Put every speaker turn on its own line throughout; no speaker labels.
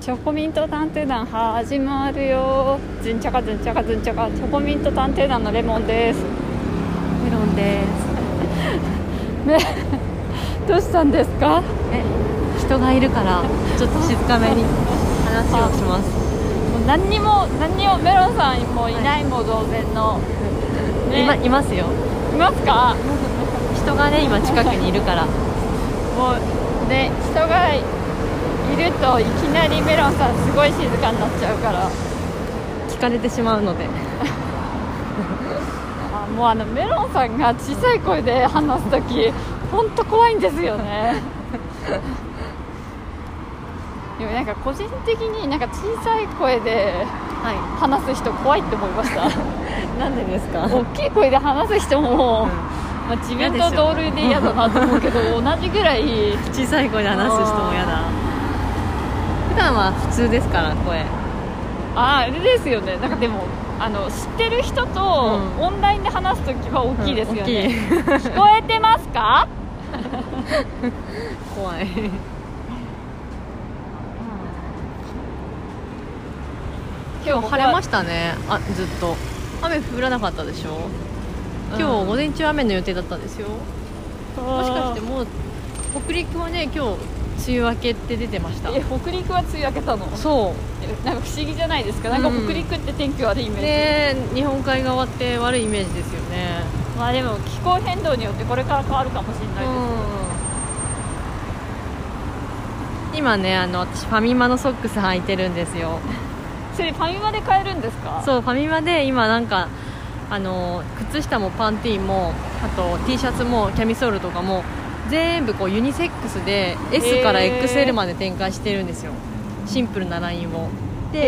チョコミント探偵団始まるよずんちゃかずんちゃかずんちゃかチョコミント探偵団のレモンです
メロンです
ね どうしたんですか
え人がいるからちょっと静かめに話をします
もう何にも何にもメロンさんもいないも同然の、ね
今いますよ
いますか
人がね今近くにいるから
もうね人がいるといきなりメロンさんすごい静かになっちゃうから
聞かれてしまうので
あもうあのメロンさんが小さい声で話す時本当怖いんですよね でもなんか個人的になんか小さい声で
は
話す人怖いって思いました
いなんでですか
大きい声で話す人も、
うん
まあ、自分と同類で嫌だなと思うけど同じぐらい
小さい声で話す人も嫌だ普段は普通ですから声
ああれですよねなんかでもあの知ってる人と
ん
オンラインで話す時は大きいですよね、
うん大きい
聞こえてますか、
怖 い今日晴れましたねあずっと雨降らなかったでしょ今日午前中雨の予定だったんですよ
た
も
も
しかしてもう北陸はね今日梅雨明けって出てました
え北陸は梅雨明けたの
そ
えなんか不思議じゃないですかなんか
うん
北陸って天気悪いイメ
う
ージ、
で日本海側って悪いイメージですよね
まあでも気候変動によってこれから変わるかもしれないです、
うん今ねあの私ファミマのソックス履いてるんですよ
それファミマで買えるんですか
そうファミマで今なんかあの靴下もパンティーもあと T シャツもキャミソールとかも全部こうユニセックスで S から
へー
XL まで展開してるんですよシンプルなラインをで
へ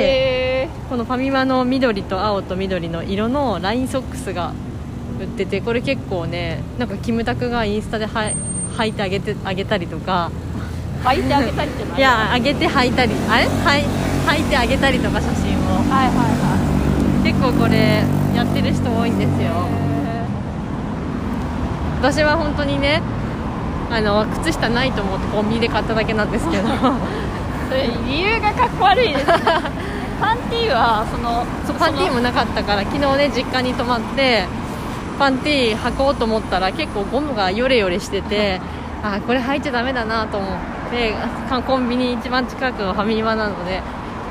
え
このファミマの緑と青と緑の色のラインソックスが売っててこれ結構ねなんかキムタクがインスタでは履いてあげてあげたりとか
履いてあげたりじゃない
いやあげて履いたりあれはい履いてあげたりとか写真を
はいはいは
結構これやってる人多いんですよ
い
私は本当にねあの靴下ないと思ってコンビニで買っただけなんですけど
それ理由がかっこ悪 いですねパンティーはその
そうパンティーもなかったから昨日ね実家に泊まってパンティー履こうと思ったら結構ゴムがヨレヨレしててあーこれ履いちゃダメだなと思ってかコンビニ一番近くのファミマなので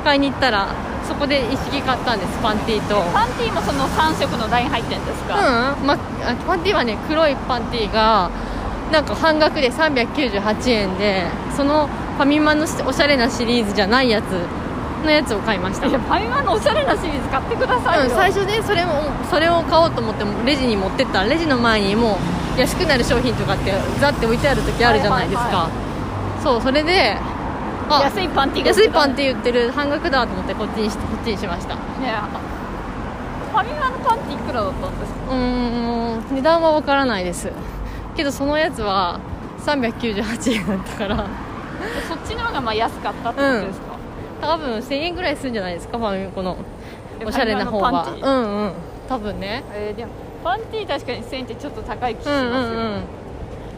買いに行ったらそこで一式買ったんですパンティーと。
パンティーもその3色のライン入ってるんです
う
か、
ん、ま、あパンティーはね黒いパンティーがなんか半額で398円でそのファミマのしおしゃれなシリーズじゃないやつのやつを買いました
いやファミマのおしゃれなシリーズ買ってくださいよ、
うん、最初ねそれもそれを買おうと思ってレジに持ってったらレジの前にもう安くなる商品とかってザって置いてある時あるじゃないですか、
はいはい
そうそれであ
安いパンティーが
安いパン
テ
ティー売ってる半額だと思ってこっちにしこっちにしましたう
ィーねファミマのパンティーいくらだったんですか
ーん値段は分からないですけどそのやつは398円だったから
そっちの方がまあ安かったってことですか、
多分1000円ぐらいするんじゃないですかファミコの
え
おしゃれな方は
ファミマのパンティ
う
ー
んうん多分ね
えーでもパンティー確かに1000円ってちょっと高い気し
う
ます
ん
よ、
うんうん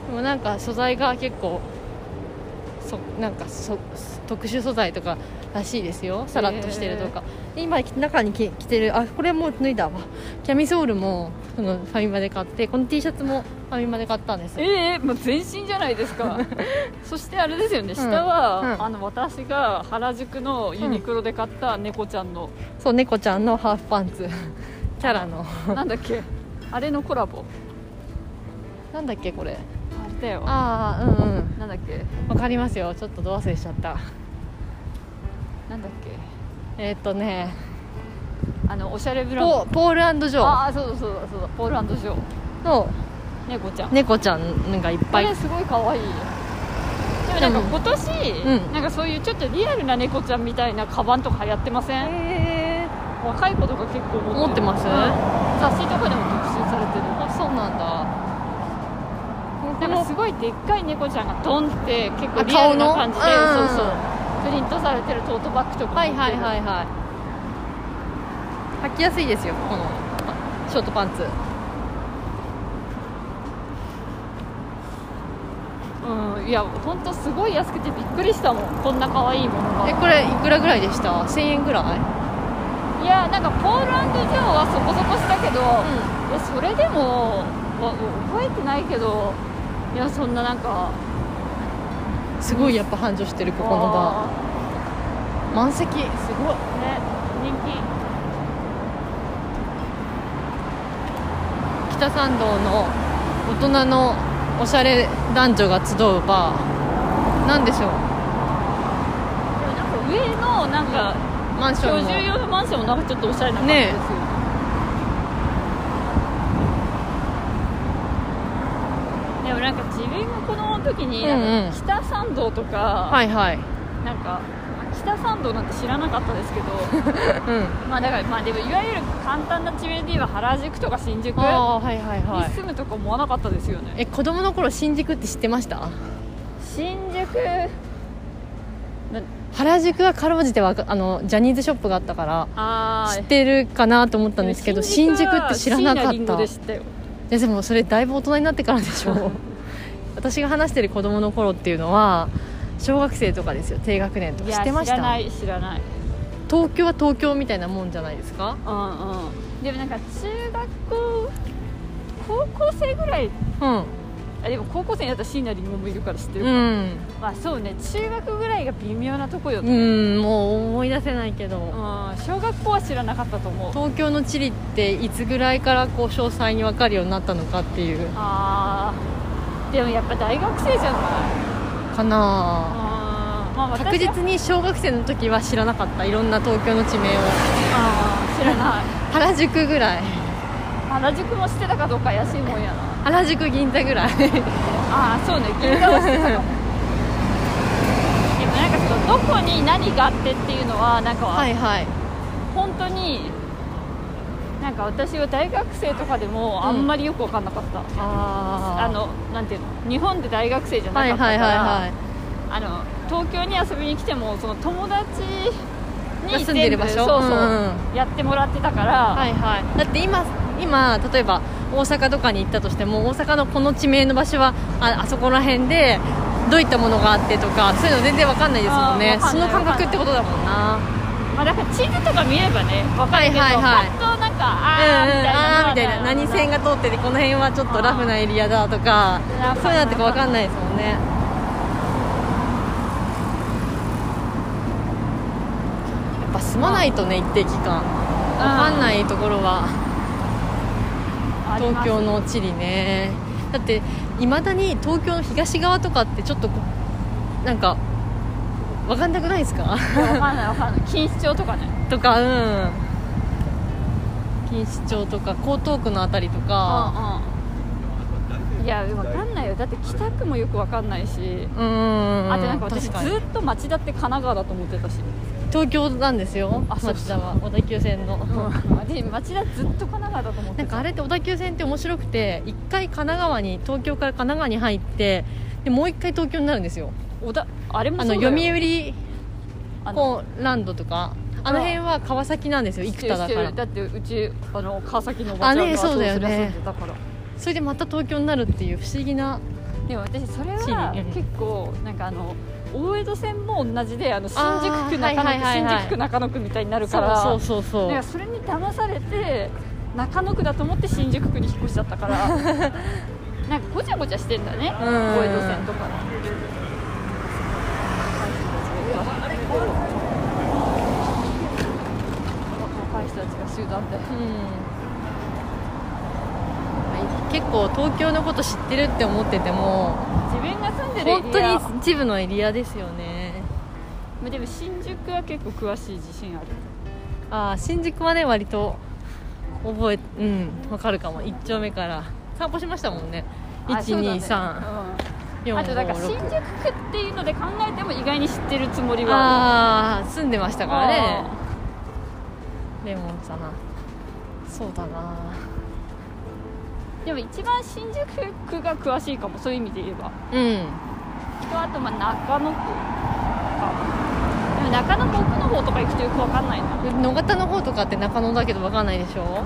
でもなんか素材が結構そなんかそ特殊素材とからしいですよさらっとしてるとか、で今中に着着てるあこれもう脱いだわキャミソールもそのファミマで買ってこの T シャツもファミマで買ったんです
ええもう全身じゃないです かそしてあれですよね下
うん
は、
うん
あの私が原宿のユニクロで買った猫ちゃんの、
そう猫ちゃんのハーフパンツ キャラの
なんだっけあれのコラボ
なんだっけこれ
あれだよ
ああうんうん
なんだっけ
わかりますよちょっとど忘れしちゃった
なんだっけ
えーっとね
あのおしゃれブランド
ポポールジョー
ああそうだそうだそうだポールジョー
の
猫ちゃん、
猫ちゃんがいっ
あ
ぱい
れすごい可愛いでもなんか今年、
うん
なんかそういうちょっとリアルな猫ちゃんみたいなカバンとか流行ってません
へ
若い子とか結構持ってる
持ってます
うん雑誌とかでも特集されてる
あそうなんだ
で
こ
も
の
すごいでっかい猫ちゃんがドンって結構
あ
リアルな感じで、
顔のうん
そうそうプリントされてるトートバッグとか
はいはいはいいはい履きやすいですよこのショートパンツ
うんいや本当すごい安くてびっくりしたもんこんな可愛いもの
え
が
これいくらぐらいでした1000円ぐらい
いやなんかポーランド城はそこそこしたけど、い
う
やそれでもわ覚えてないけどいやそんななんか
んすごいやっぱ繁盛してるここのバ
あ
ー満席
ーすごいね人気
北参道の大人のおしゃれ男女が集うバーなんでしょう
でもなんか上のなんか
マンシ
居
ョン
住
の
用のマンションもなんかちょっとおしゃれな感じですよねでもなんか自分が子供の時に
うん
な
うん
んか北参道とか、
はいはい
なんか北参道なんて知らなかったですけ ど
うん
まあだからまあでもいわゆる簡単な地名で言えば原宿とか新宿に
ああーはいはいはい
住むとか思わなかったですよね
え子供の頃新宿って知ってました
新宿な
原宿はかろうじてわかあのジャニーズショップがあったから
あ
知ってるかなと思ったんですけど新宿って知らなかった
で
い
したよ
やでもそれだいぶ大人になってからでしょ 私が話してる子供の頃っていうのは小学生とかですよ低学年と
い
か
や
知ってまし
知らな
た
い知らない
東京は東京みたいなもんじゃないですか
うんうんでもなんか中学校高校生ぐらい
うん
あでも高校生になったら椎名林檎もいるから知ってる
う
から、
ん
まあそうね中学ぐらいが微妙なとこよ、
うんもう思い出せないけ
うん
ど
小学校は知らなかったと思う
東京の地理っていつぐらいからこう詳細に分かるようになったのかっていう
あーでもやっぱ大学生じゃない
かな
あーまあ私は
確実に小学生の時は知らなかったいろんな東京の地名を
あー知らない
原宿ぐらい
原宿も知ってたかどうか怪しいもんやな
原宿銀座ぐらい
ああそうね銀座は知ってたかもでもなんかそのどこに何があってっていうのはなんか は
はいはい
本当になんか私は大学生とかでもあんまりよく分かんなかった、
あ
あのなんていうの日本で大学生じゃな
は
か
い
ったから、
はいはいはい
あの東京に遊びに来てもその友達
が
に
住んでる場所
全部そうそう、
うん
やってもらってたから、
はいはいだって今今例えば大阪とかに行ったとしても大阪のこの地名の場所はああそこら辺でどういったものがあってとかそういうの全然わかんないですもんね
あーわか
そ
んな
の
い
感覚ってことだもんな
まあ、だから地図とか見ればね分かるけど、
はいはいはい
パッとなんか
うんうん
あーみたいなの
あー
は
みたいな何線
が
が通っててこの辺はちょっとラフなエリアだとか
あー
そういうのってわかんないですもんねやっぱ住まないとね一定期間わかんないところは東京の地理ねだっていまだに東京の東側とかってちょっとこうなんかわかんなくないですか
分かんない分かんない錦糸町とかね
とかうん錦糸町とか江東区のあたりとか
うんうんいや分かんないよだって北区もよく分かんないし
うんうんうん
あとなんか私ず
確かに
っと町田って神奈川だと思ってたし、
東京なんですよ
あそう
町田は小田急線の、
で町田ずっと神奈川だと思っ
な
て
ん
た
かあれって小田急線って面白くて一回神奈川に東京から神奈川に入ってでもう一回東京になるんですよ
小田あれも
あ
そうだ
の
よ
読売
あの
こうランドとかあの辺は川崎なんですよ
知って
生
る
田だか
知って
ら
るだってうちあの川崎のおばちゃんが
あねそうだよね
そうすりゃ住んでたから
それでまた東京になるっていう不思議な
でも私それ
地
は
理うん
結構なんかあの大江戸線も同じであの新宿
あ
区
ー
中
は
野
い
区
はいはい
新
はい
宿区中野区みたいになる
そ
か
う
ら
そうそうそ
なん
う
かそれに騙されて中野区だと思って新宿区に引っ越しちゃったから なんかごちゃごちゃしてんだね
うん
大江戸線とか若い人たちが集団で
うん結構東京のこと知ってるって思ってても
自分が住んでるエリア
本当に一部のエリアですよね
にでも新宿は結構詳しい自信ある
ああ新宿はね割と覚えうんわかるかも1丁目から散歩しましたもんね
あそうだね
123456
うんあとだから新宿区っていうので考えても意外に知ってるつもりはあ
ああ住んでました
る
からねレモンさなそうだな
でも一番新宿区が詳しいかもそういう意味で言えば
うん
とあとまあ中野区かでも中野の奥の方とか行くとよくわかんないな
野方の方とかって中野だけど分かんないでしょ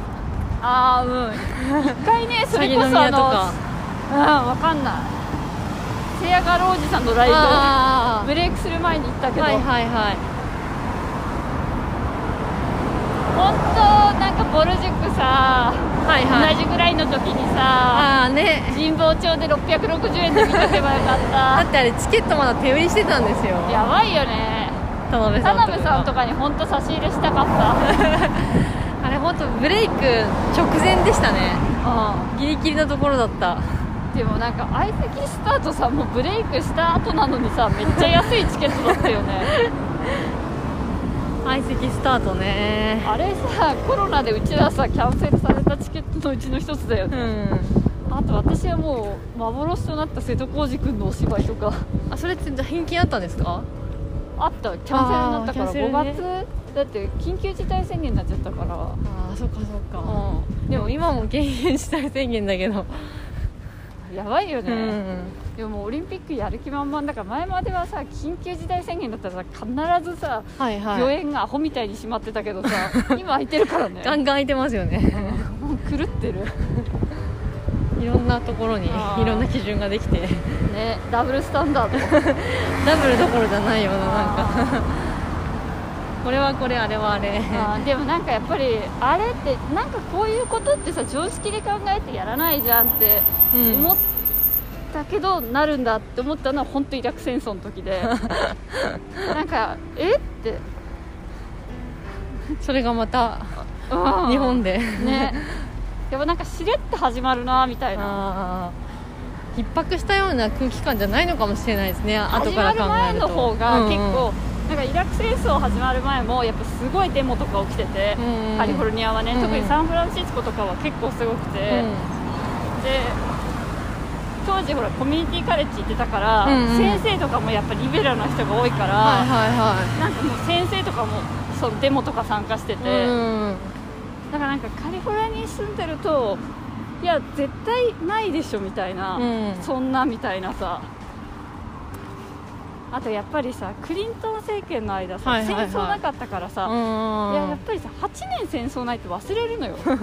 あ ーうん一回ねそれこそあ
鷺宮と
の
か
うんわかんない西上がるおじさんのライブ
あ
ブレイクする前に行った
ー
けど、
はいはいはい
本当なんかぼる塾さ、
はいはい
同じぐらいの時にさ
ああね
神保町で660円で見とけばよか
だ
っ
って あれチケットまだ手売りしてたんですよ
たやばいよね
田辺
田
さん
辺さんとかに本当差し入れしたかった、
あれ本当ブレイク直前でしたね
う
ギリギリのところだった
ん、でもなんか相席スタートさもうブレイクした後なのにさめっちゃ安いチケットだったよね
相席スタートね
あれさコロナでうちらさキャンセルされたチケットのうちの一つだよ
う
ね、
ん
あと私はもう幻となった瀬戸康史君のお芝居とか
あそれって返金あったんですか
あったキャンセルになったか
あ
ら
ーキャンセ
5月、だって緊急事態宣言になっちゃったから
ああそっかそっか、
う
でも今も減塩したい宣言だけど、
んやばいよね、
うん
でももうオリンピックやる気満々だから前まではさ緊急事態宣言だったらさ必ずさ
はい
御
はい
苑がアホみたいに閉まってた けどさ今空いてるからね
ガンガン空いてますよね
もう狂ってる
いろんなところにい
あー
ろんな基準ができて
ねダブルスタンダード
ダブルどころじゃないようななんかこれはこれあれはあれ
あーでもなんかやっぱりあれってなんかこういうことってさ常識で考えてやらないじゃんって
うん
思ったけどなるんだって思ったのは本当イラク戦争の時 でなんかえって、
それがまた
うん
日本で
ねでもなんかしれっと始まるなみたいな
あー逼迫したような空気感じゃないのかもしれないですね後
始
か
ま
ら
る
考え
前
ると
の方が結
うんうん
構、なんかイラク戦争始まる前もやっぱすごいデモとか起きてて、
うんうん
カリフォルニアはね、
うんうん
特にサンフランシスコとかは結構すごくて、で当時ほらコミュニティカレッジ行ってたから、
うんうん
先生とかもやっぱリベラルな人が多いから、
はいは
なんかもう先生とかもそのデモとか参加して
い
て、
はいうん
だからなんかカリフォルニアに住んでるといや絶対ないでしょみたいな、
うん
そんなみたいなさあとやっぱりさクリントン政権の間さ、
はいはいはい
戦争なかったからさ、いややっぱりさ8年戦争ないと忘れる のよずっ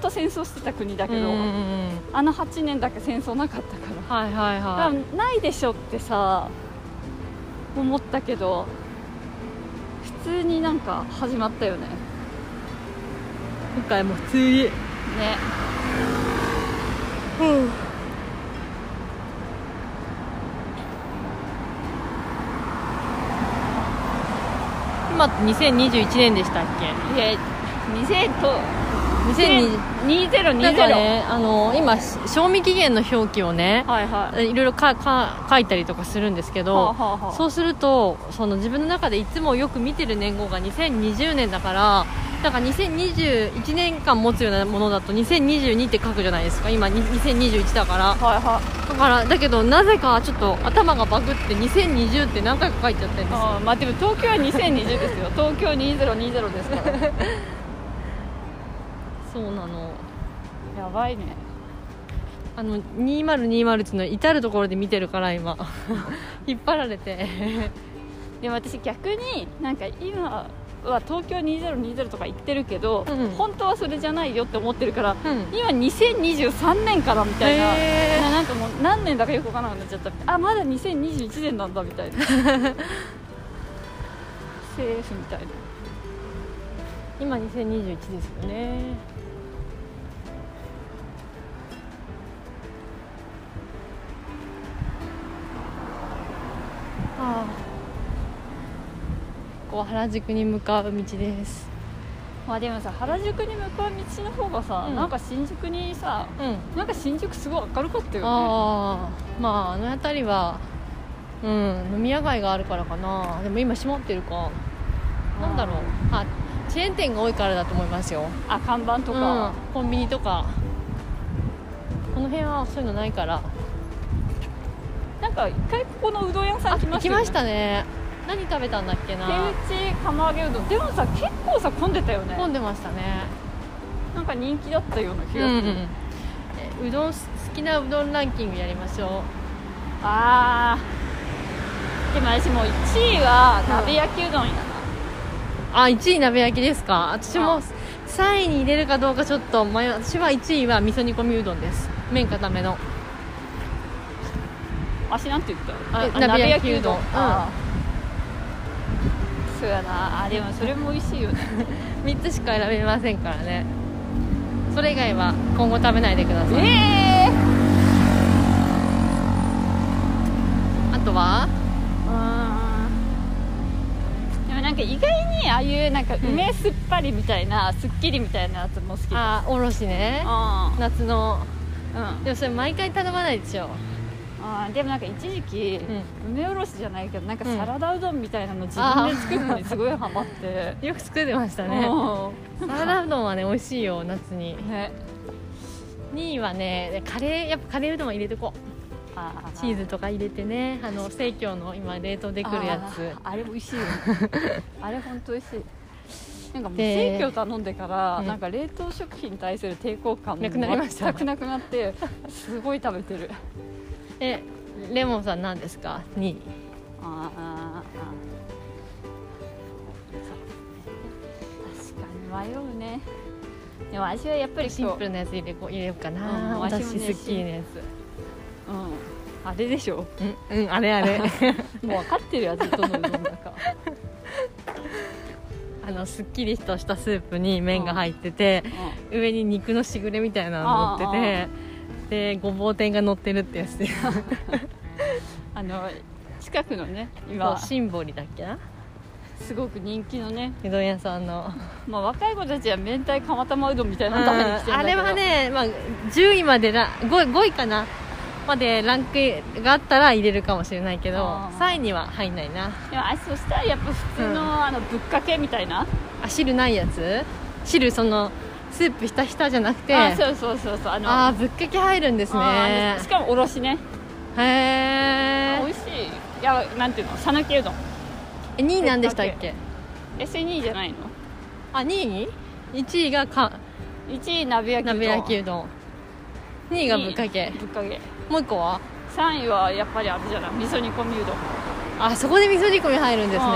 と戦争してた国だけ
うん
ど、
うんうんうん
あの8年だけ戦争なかったから
はいはい
多
は
分ないでしょってさ思ったけど普通になんか始まったよね
い今回も普通に
ね
今2021年でしたっけ
いや2000と
2020
2020
なんかねあの今し賞味期限の表記をね
はいはい
ろいろかか書いたりとかするんですけ
い
ど、
はあ、はあはあ、
そうするとその自分の中でいつもよく見てる年号が2020年だからなんか2021年間持つようなものだと2022って書くじゃないですか今に2021だから
はいはい
だからだけどなぜかちょっと頭がバグって2020って何回か書いちゃってるんですよ
あーまあでも東京は2020ですよ東京2020ですから
そうなの
やばいね
あの2020っていうの至る所で見てるから今 引っ張られて
でも私逆になんか今は東京2020とか言ってるけど、
うん
本当はそれじゃないよって思ってるから
うん
今2023年からみたいな、
へー
なんかもう何年だかよくわからなくなっちゃったあまだ2021年なんだみたいなセ ーフみたいな
今2021ですよねああこう原宿に向かう道です
まあでもさ原宿に向かう道の方がさ、
うん
なんか新宿にさ
うん
なんか新宿すごい明るかったよね
ああまああの辺りはうん飲み屋街があるからかなでも今閉まってるかなんだろうあチェーン店が多いからだと思いますよ
あ看板とか、
うん、コンビニとかこの辺はそういうのないから
なんか一回ここのうどん屋さん来
行
ました
き
よ
ま
ね
したね何食べたんだっけな
手打ち釜揚げうどんでもさ結構さ混んでたよね
混んでましたね
なんか人気だったような気
う
がする、
んえうどん好きなうどんランキングやりましょ
あーでも私もう1位は鍋焼きうどんやな、
うあ1位鍋焼きですか私
あ
も3位に入れるかどうかちょっと迷う私は1位は味噌煮込みうどんです麺固めの
足なんて言った
え
あ
鍋焼きうどん
あそうやなあでもそれも美味しいよね
3つしか選べませんからねそれ以外は今後食べないでください
ええ
あとは
でもなんか意外にああいうなんか梅すっぱりみたいな、すっきりみたいなやつも好きだ
あーおろしね
あ
夏の
うん
でもそれ毎回頼まないでしょ
あーでもなんか一時期、梅おろしじゃないけどなんかサラダうどんみたいなの自分で作るのにすごいハマって、
よく作ってましたね
う
サラダうどんはね美味しいよ夏に
んね
2位はねカレーやっぱカレーうどんは入れてこう
あ
チーズとか入れてねあの生協の今冷凍でくるやつ
あーあれ美味しいよね あれ本当美味しいなんかもう
で
生協頼んでから、
うん
なんか冷凍食品に対する抵抗感も
なくなりました
全くなくなってすごい食べてる
えレモンさん何ですか2位
ああそう確かに迷うねでも私はやっぱり
シン
こう、
プルなやつ入れこう入れようか
う
な、
ん
私
私もね
好きなや
うん、あれで しょ
つうん、うん、あれあれ
もう分かってるやつどのうどんだか
あのすっきりとしたスープに麺が入ってて、
う
上に肉のしぐれみたいなの乗って
あ
てでごぼう天が乗ってるってやつで
んあの近くのね
今
今
シンボリだっけな
すごく人気のね、
うどん屋さんの
まあ、若い子たちは明太釜玉うどんみたいなの食べに来てるんだ
あ
け
れ
ど
はね、まあ、10位までラ 5, 位かなまでランクがあったら入れるかもしれないけど
あー
3位には入んないな
でもあそしたらやっぱ普通の,、
う
あのぶっかけみたいな
あ汁ないやつ汁そのスープひたひたじゃなくて
あそうそうそうそうあの
あーぶっかけ入るんです
あ
ね
あのしかもおろしね
へ
美
え
味しいいやなんていうの讃岐うどん
2位なんでしたっけ
SNE じゃないの
あ2位 ?1 位がか
1位鍋焼きうどん
鍋焼きうどん2位がぶっかけ
ぶっかけ
もう1個は
3位はやっぱりあれじゃない味噌煮込みうどん
あそこで味噌煮込み入るんですね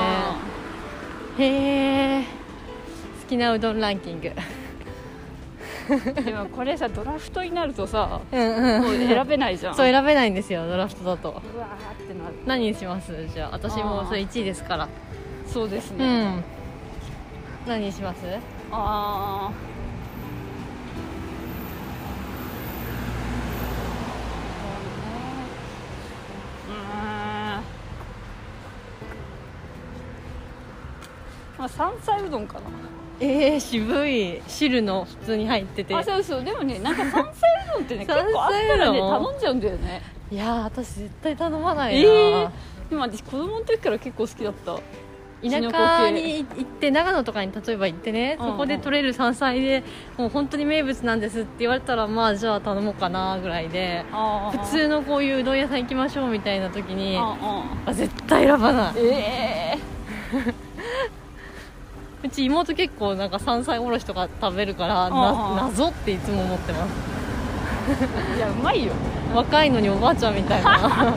う
へえ好きなうどんランキング
んでもこれさドラフトになるとさ
うん
もう選べないじゃん
そう選べないんですよドラフトだと
うわーってなる
何にしますじゃあ私もそれ1位ですから
そうです
う
ね、
ん何にします
ああまあ、山菜うどんかな
えー、渋い汁の普通に入ってて
あそうそうでもねなんか山菜うどんってね 結
山菜うどん
構あったらね頼んじゃうんだよね
いやー私絶対頼まない
え
な、
えー、でも私子供の時から結構好きだった
田舎に行って長野とかに例えば行ってね、
うんうん
そこで取れる山菜でもう本当に名物なんですって言われたらまあじゃあ頼もうかなぐらいで
普
普通のこういううどん屋さん行きましょうみたいな時にあ絶対選ばない
ええ
うち妹結構なんか山菜おろしとか食べるから
うんう
なん謎っていつも思ってます
ー、いやうまいよ
若いのにおばあちゃんみた いな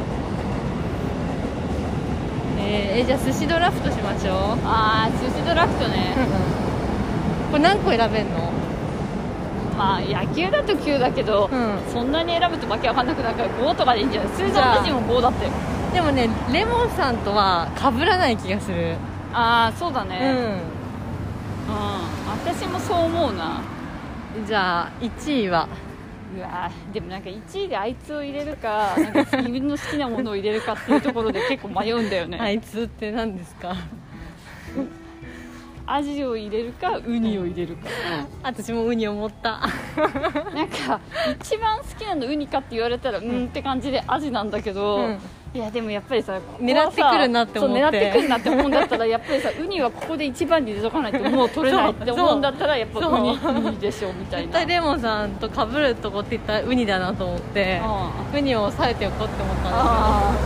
えーえじゃあ寿司ドラフトしましょう
ああ寿司ドラフトね、
これ何個選べんの
まあ野球だと9だけど、
うん
そんなに選ぶと負けわかんなくなるから5とかでいいんじゃない数字の私も5だったよ
でもねレモンさんとは被らない気がする
ああそうだ
う
ね
ん
うん、私もそう思うな
じゃあ1位は
うわーでもなんか1位であいつを入れるかなんか自分の好きなものを入れるかっていうところで結構迷うんだ よね、
あいつって何ですか
アジを入れるかウニを入れるか
私もウニ思った
なんか一番好きなのウニかって言われたらうんって感じでアジなんだけど、
うん
いやでもやっぱりさここは
狙
さ
ってくるなって思って
そう狙ってくるなって思うんだったらやっぱりさウニはここで一番に入れとかないともう取れないって思うんだったらやっぱウニ
そう
ウニでしょみたい
絶
な
対レモンさんと被るとこって言ったらウニだなと思って
あ
ウニを抑えておこうって思ったんですよ
あ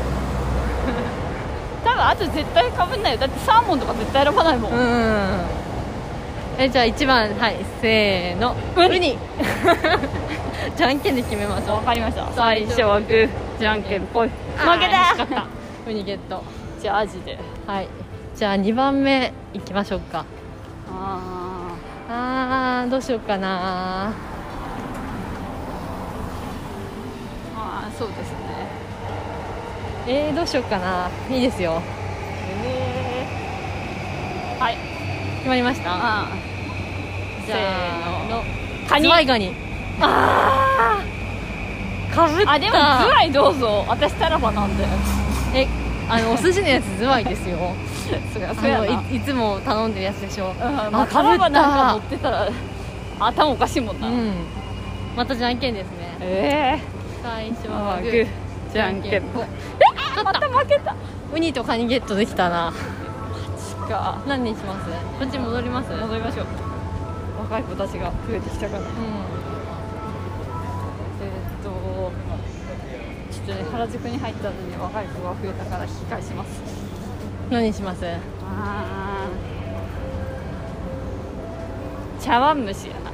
多分あと絶対かぶんないよだってサーモンとか絶対選ばないもん、
うんえじゃあ1番はいせーのウニ じゃんけんで決めましょ
わかりました
最
最
初
初
は
は
グ
グーじゃんけんぽい負
あー
けた
惜しかったうウニゲット
じゃあアジで
はいじゃあ2番目いきましょうか
あ
あーどうしようかな
ーあーそうですね
えー、どうしようかないいですよ
えー、はい
決まりました
あ
じゃあ
せーのカ
カ
ニ
ニズワイガニ
あ
かぶっ
ー
た
あでもズワイどうぞ私タラバなんで
えあのお寿司のやつズワイですよ
そりゃ
あ
そうやな
のいいつも頼んでるやつでしょ、う
うんま
あ
あ、タラバなんか乗
被
っ
って
たら頭おかしいもんな、
うんまたじゃんけんですね
ええ
最初
ー、
はグ
グ
ー
ーじゃんけんぽん
勝った
負けた
ウニとカニゲットできたな
しか
何にしますこっち戻りますうん
戻りましょう若い子たちが増えてきたからえーっとちょっとね原宿に入ったのに若い子が増えたから引き返します
何にします
あー茶碗蒸しやな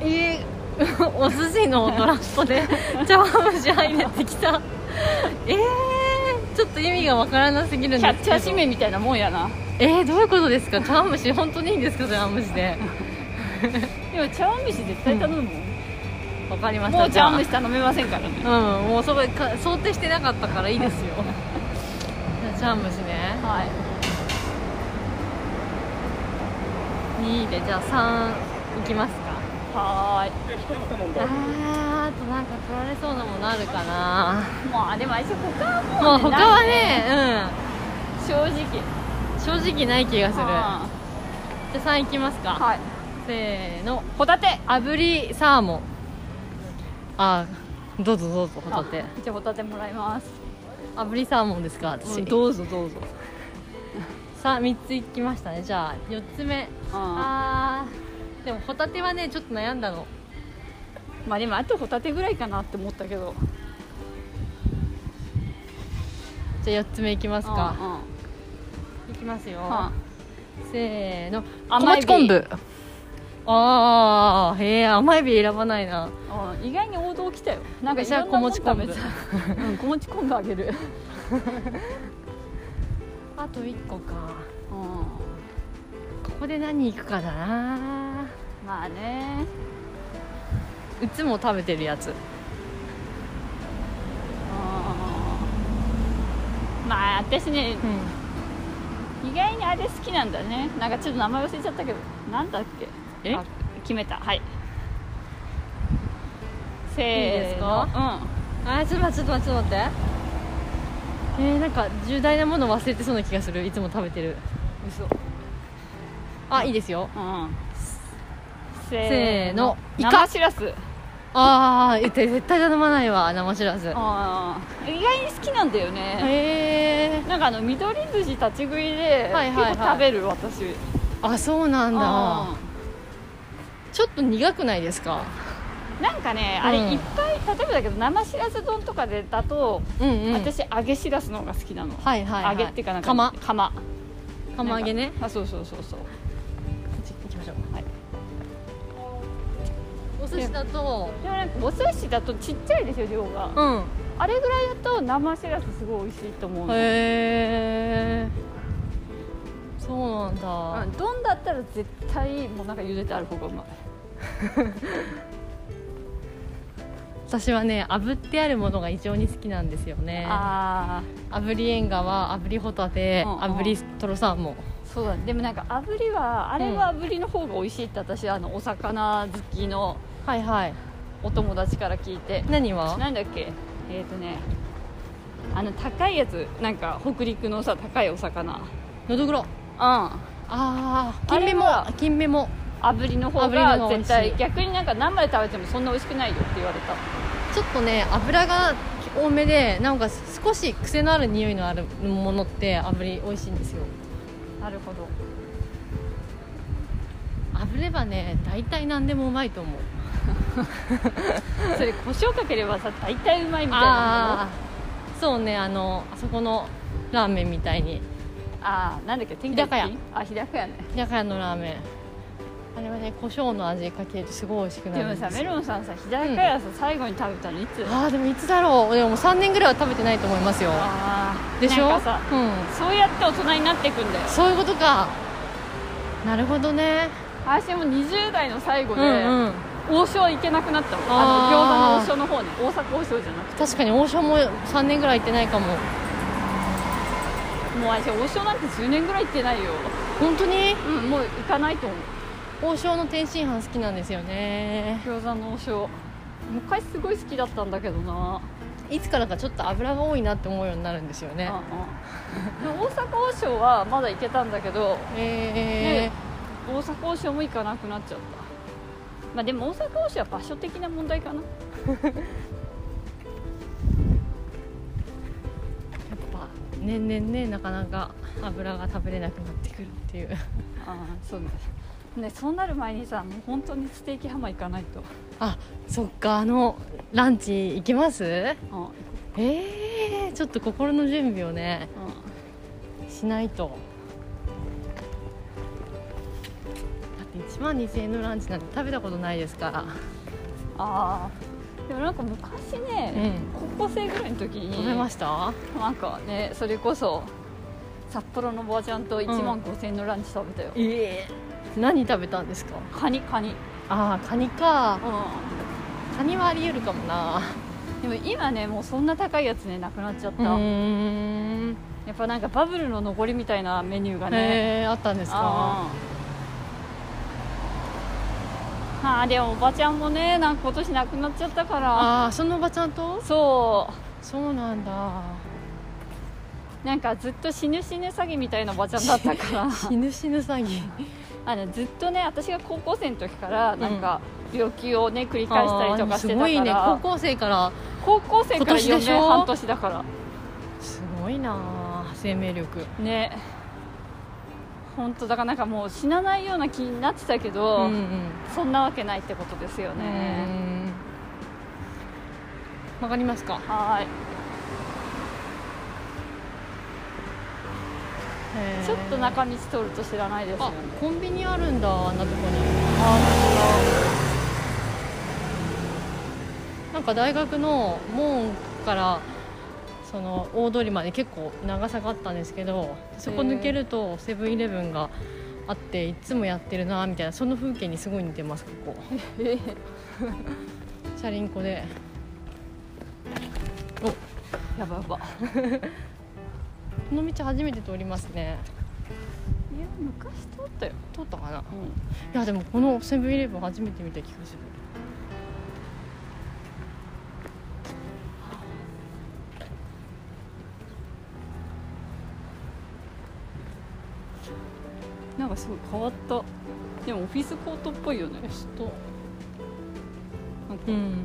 え お寿司のトラップで 茶碗蒸し入ってきたえー、ちょっと意味がわからなすぎるんです
キャ
けど
ッチャー締めみたいなもんやな
えー、どういうことですか茶碗蒸し本当にいいんですか茶碗蒸しで
でも茶碗蒸し絶対頼むもん、
わかりました
もう茶碗蒸
し
し頼めませんからね
うんもうそこでか想定してなかったからいいですよじゃあ茶碗蒸しね
はい
いいでじゃあ3いきますか
はーい
あーあとなんか取られそうなものあるかな
まあでもあいつ他はもう,、
もう他は
ない
ね
正直
うん正直ない気がする
は
じゃあ3いきますか、
あはい
せーの
ホタテ
炙りサーモンあーどうぞどうぞホタテ
あじゃあホタテもらいます
炙りサーモンですか私
うぞどうぞ
さあ3ついきましたねじゃあ4つ目
あ
あーでもホタテはねちょっと悩んだの
まあでもあとホタテぐらいかなって思ったけど
じゃあ4つ目いきます
う
か
んうん
いきますよ、
は
せーの
甘エビ
ああへえ甘エビ選ばないな
あうん意外に王道来たよなんかい
私は
ろんなもん
小
食
餅
べたうん小餅昆布あげる
あと1個か
うん
ここで何いくかだな
まあね
うつも食べてるやつ
うんまあ私ね
うん
意外にあれ好きなんだねなんかちょっと名前忘れちゃったけどなんだっけ
え
あ決めたはいせーの
いいですかあーちょっと待ってちょっと待ってちょっと待ってえー、なんか重大なもの忘れてそうな気がするいつも食べてる
うん嘘
あいいですよ
うん
せーのイカ
生しらす
ああ絶対頼まないわ生しらすへ
あー意外に好きなんだよね
え
なんかあの緑寿司立ち食いで
はいはい
結
はい
構食べる私
あそうなんだ
う
ちょっと苦くないですか
んなんかね
うん
あれいっぱい例えばだけど生しらす丼とかでだと
うんうん
私揚げしらすの方が好きなの
はいはい、は
揚げっていうかなんか
釜
釜
釜揚げ
な
ね
んかあそうそうそうそう
行きましょう
はい
お寿司だと
でもなんかお寿司だとちっちゃいですよ量が、
うん
あれぐらいだと生しらすすごい美味しいと思うの
へえそうなんだ、
うん、丼だったら絶対もうなんか茹でてある方がうまい
私はね炙ってあるものが異常に好きなんですよね
ああ
炙りエンガは炙りホタテ、
うんうん
炙りトロサーモン
そうだねでもなんか炙りはあれは炙りの方が美味しいって私あのお魚好きの
はいはい
お友達から聞いて
何は
なんだっけえっ、とねあの高いやつなんか北陸のさ高いお魚うん
のどぐろああ金目も
あれは
金目も
炙りの方
炙りの
が
方が美味し
絶
い
対逆になんか生で食べてもそんな美味しくないよって言われた
ちょっとね油が多めでなんか少し癖のある匂いのあるものって炙り美味しいんですよ
なるほど
炙ればね大体何でもうまいと思う
それ胡椒かければさ大体うまいみたいな
あそうねあのあそこのラーメンみたいに
ああーなんだっけ天
日高屋
一品あ日高屋ね
居酒屋のラーメンあれはね胡椒の味かけるとすごい美味しくな
で
る
も
んで
さ
す
メ
よ
ロンさんさ日高屋さ、最後に食べたのいつ
ああでもいつだろうでももう3年ぐらいは食べてないと思いますよ
あー
でしょ
なんかさ
うん、
そうやって大人になっていくんだよ
そういうことかなるほどね
私も20代の最後
う
で、
んうん
王将行けなくなったもん
あ
あの
ー
餃子の王将の方ね大阪王将じゃなくて
確かに王将も3年ぐらい行ってないかも
もう私王将なんて10年ぐらい行ってないよ
本当に
うんもう行かないと思う
王将の天津飯好きなんですよね
餃子の王将昔すごい好きだったんだけどない
つからかちょっと油が多いなって思うようになるんですよね
ああでも大阪王将はまだ行けたんだけど
え
大阪王将も行かなくなっちゃったまあでも大阪王将は場所的な問題かな
ー、やっぱ年々ねなかなか油が食べれなくなってくるっていう
ああそうねねそうなる前にさもう本当にステーキハマ行かないと
あそっかあのランチ行きますえ
うん
ー、ちょっと心の準備をねしないとだって1万2000円のランチなんて食べたことないですから
ああでもなんか昔ね、高校生ぐらいの時に
食べました
なんかねそれこそ札幌のおばあちゃんと1万5000円のランチ食べたよ、
ええ何食べたんですか
カニカニ
ああカニか
う
カニはあり得るかもなん
でも今ねもうそんな高いやつねなくなっちゃっ
う
た、
ーん
やっぱなんかバブルの残りみたいなメニューがね、
えー、あったんですか
あーあーでもおばちゃんもねなんか今年亡くなっちゃったから
ああーそのおばちゃんと
そ
そうなんだ
うなんかずっと死ぬ死ぬ詐欺みたいなおばちゃんだったから
死ぬ死ぬ詐欺
あのずっとね私が高校生の時からなんか病気をね繰り返したりとかして
あーす
たか
ごいね
ら、
高校生から
高校生から
今年
4
でしょ
年半年だから
すごいなー生命力
ね本当だからなんかもう死なないような気になってたけど、
うんうん
そんなわけないってことですよね、
うんわかりますか
はーいちょっと
な
中道通ると知らないですよ
あ
ね
コンビニあるんだあんなとこになんか大学の門からその大通りまで結構長さがあったんですけどそこ抜けるとセブンイレブンがあっていつもやってるなみたいなその風景にすごい似てますここ
えー
車輪っこで
やばやばい
この道初めて通りますね
や昔通ったよ、
通ったかな
う
いやでもこのセブンイレブン初めて見た気がする
ん、なんかすごい変わったでもオフィスコートっぽいよね
よしと
なんか
うん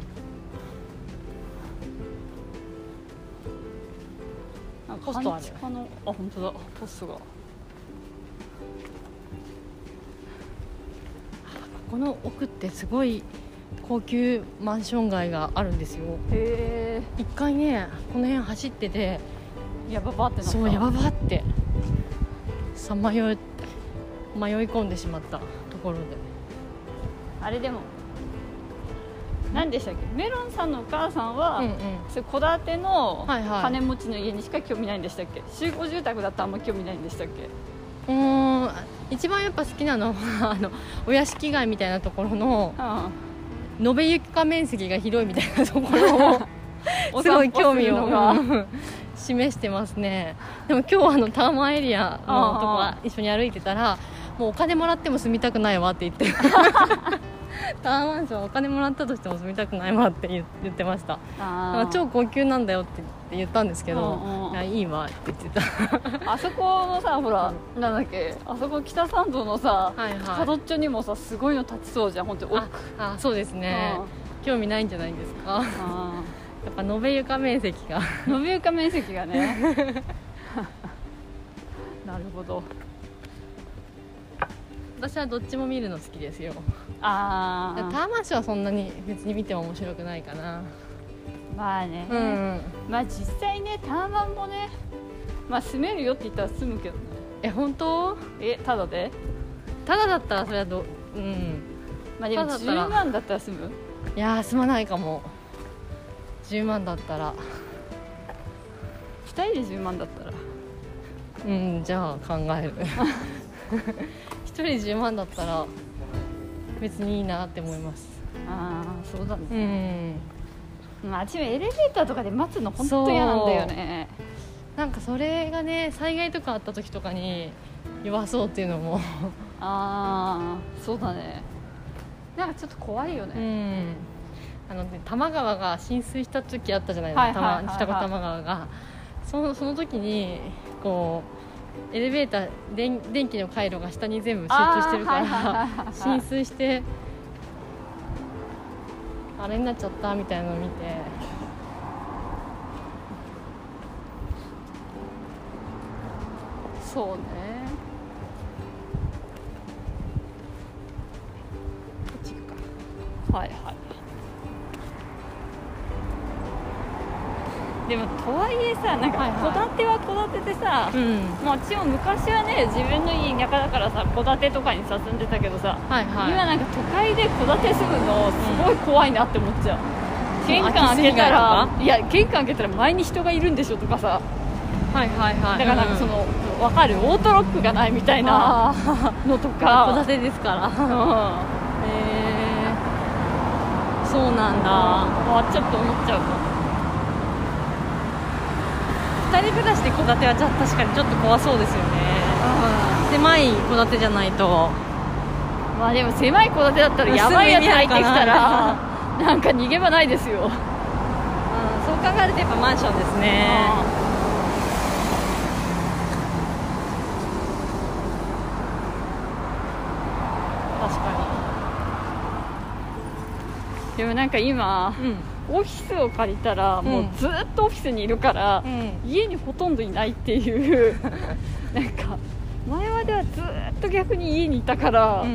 なん
ポ
か
ストあ
半
る
地下のあ本当だポストが
この奥ってすごい高級マンション街があるんですよ
へ
一回ねこの辺走ってて
えやばばってなった
そうやばばってさまよい迷い込んでしまったところで
あれでも何でしたっけメロンさんのお母さんは、
うんうん
それ戸建ての
はいはい
金持ちの家にしか興味ないんでしたっけ、集合住宅だったらあんま興味ないんでしたっけ
うーん一番やっぱ好きなのはあのお屋敷街みたいなところの
うん
延べ床面積が広いみたいなところを すごい興味を
お散歩するのが
うん示してますね でも今日あのターマンエリアのとこ
ああ
一緒に歩いてたらもうお金もらっても住みたくないわって 言ってるタワーマンションお金もらったとしても住みたくないわって言言ってましただから
あー
超高級なんだよって言って言ったんですけ
うん
ど
う
い
ん
やいいわって言ってた
あそこのさほらなんだっけあそこ北参道のさ
はいは
角、
い
っちょにもさすごいの立ちそうじゃん本当に奥
ああそうですね興味ないんじゃないですか
あ
やっぱ延べ床面積が
ー延べ床面積がねなるほど
私はどっちも見るの好きですよ
あ
タ
あ
ワーマンションはそんなに別に見ても面白くないかな
まあね、
うん
まあ実際ねタワマンもねまあ住めるよって言ったら住むけどね
え本当
えただで
ただだったらそれはどうん
まあでも
ただだったら
10万だったら住む
いやーすまないかも10万だったら
2人で10万だったら
うんじゃあ考える 一人10万だったら別にいいなって思います
ああそうだね
うん
まあ、私もエレベーターとかで待つの本当嫌なんだよね
なんかそれがね災害とかあった時とかに弱そうっていうのも
ああそうだねなんかちょっと怖いよ
う
ね、
んあのね多摩川が浸水した時あったじゃない
は
で
い
す
はいはいは
か
い
二子玉川がそのその時にこうエレベーター電電気の回路が下に全部集中してるか
あーはいはい
ら
はいはい
浸水してあれになっちゃったみたいなのを見て
そうねこっち行くかはいはいでもとはいえさなん
はいは
か戸
い
建ては戸建てでさ、
うん
もちろん昔はね自分の家田舎だからさ戸建てとかにさ住んでたけどさ、
はいはい
今なんか都会で戸建て住むのすごい怖いなって思っちゃう、玄関
空き巣
開けた
被害と
らいや玄関開けたら前に人がいるんでしょとかさ
はいはいは
だ
い
からなんかその、わかるオートロックがないみたいな
あー
のと
戸
か
建てですから
うん
へ
あ
えそうなんだ
あちょっと思っちゃうか
二人暮らしで戸建てはじゃ確かにちょっと怖そうですよね
も
狭い戸建てじゃないと
まあでも狭い戸建てだったらやばいやつ入ってきたらなんか逃げ場ないですよ、
そう考えるとやっぱマンションですね
確かにでもなんか今
うん
オフィスを借りたらもううんずっとオフィスにいるから、
うん
家にほとんどいないっていう なんか前まではずっと逆に家にいたから、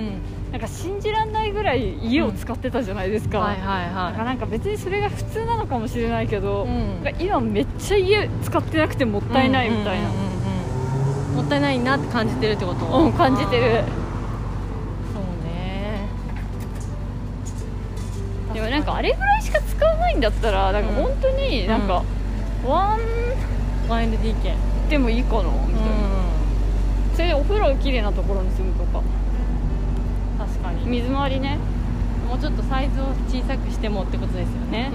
なんか信じらんないぐらい家を使ってたじゃないですか、
はいはい
なんか
は
なんか別にそれが普通なのかもしれないけど、
うん
なんか今めっちゃ家使ってなくてもっ
い
たいないみたいな、う
う
んん
うんうんうんもったいないなって感じてるってこと
感じてる
そうね
でもなんかあれぐらいしか使わないんだったらなんか
うん
本当になんか、ワン
1LDK
でもいいかなみたいな、それでお風呂きれいなところに住むとか
確かに
水回りね
もうちょっとサイズを小さくしてもってことですよね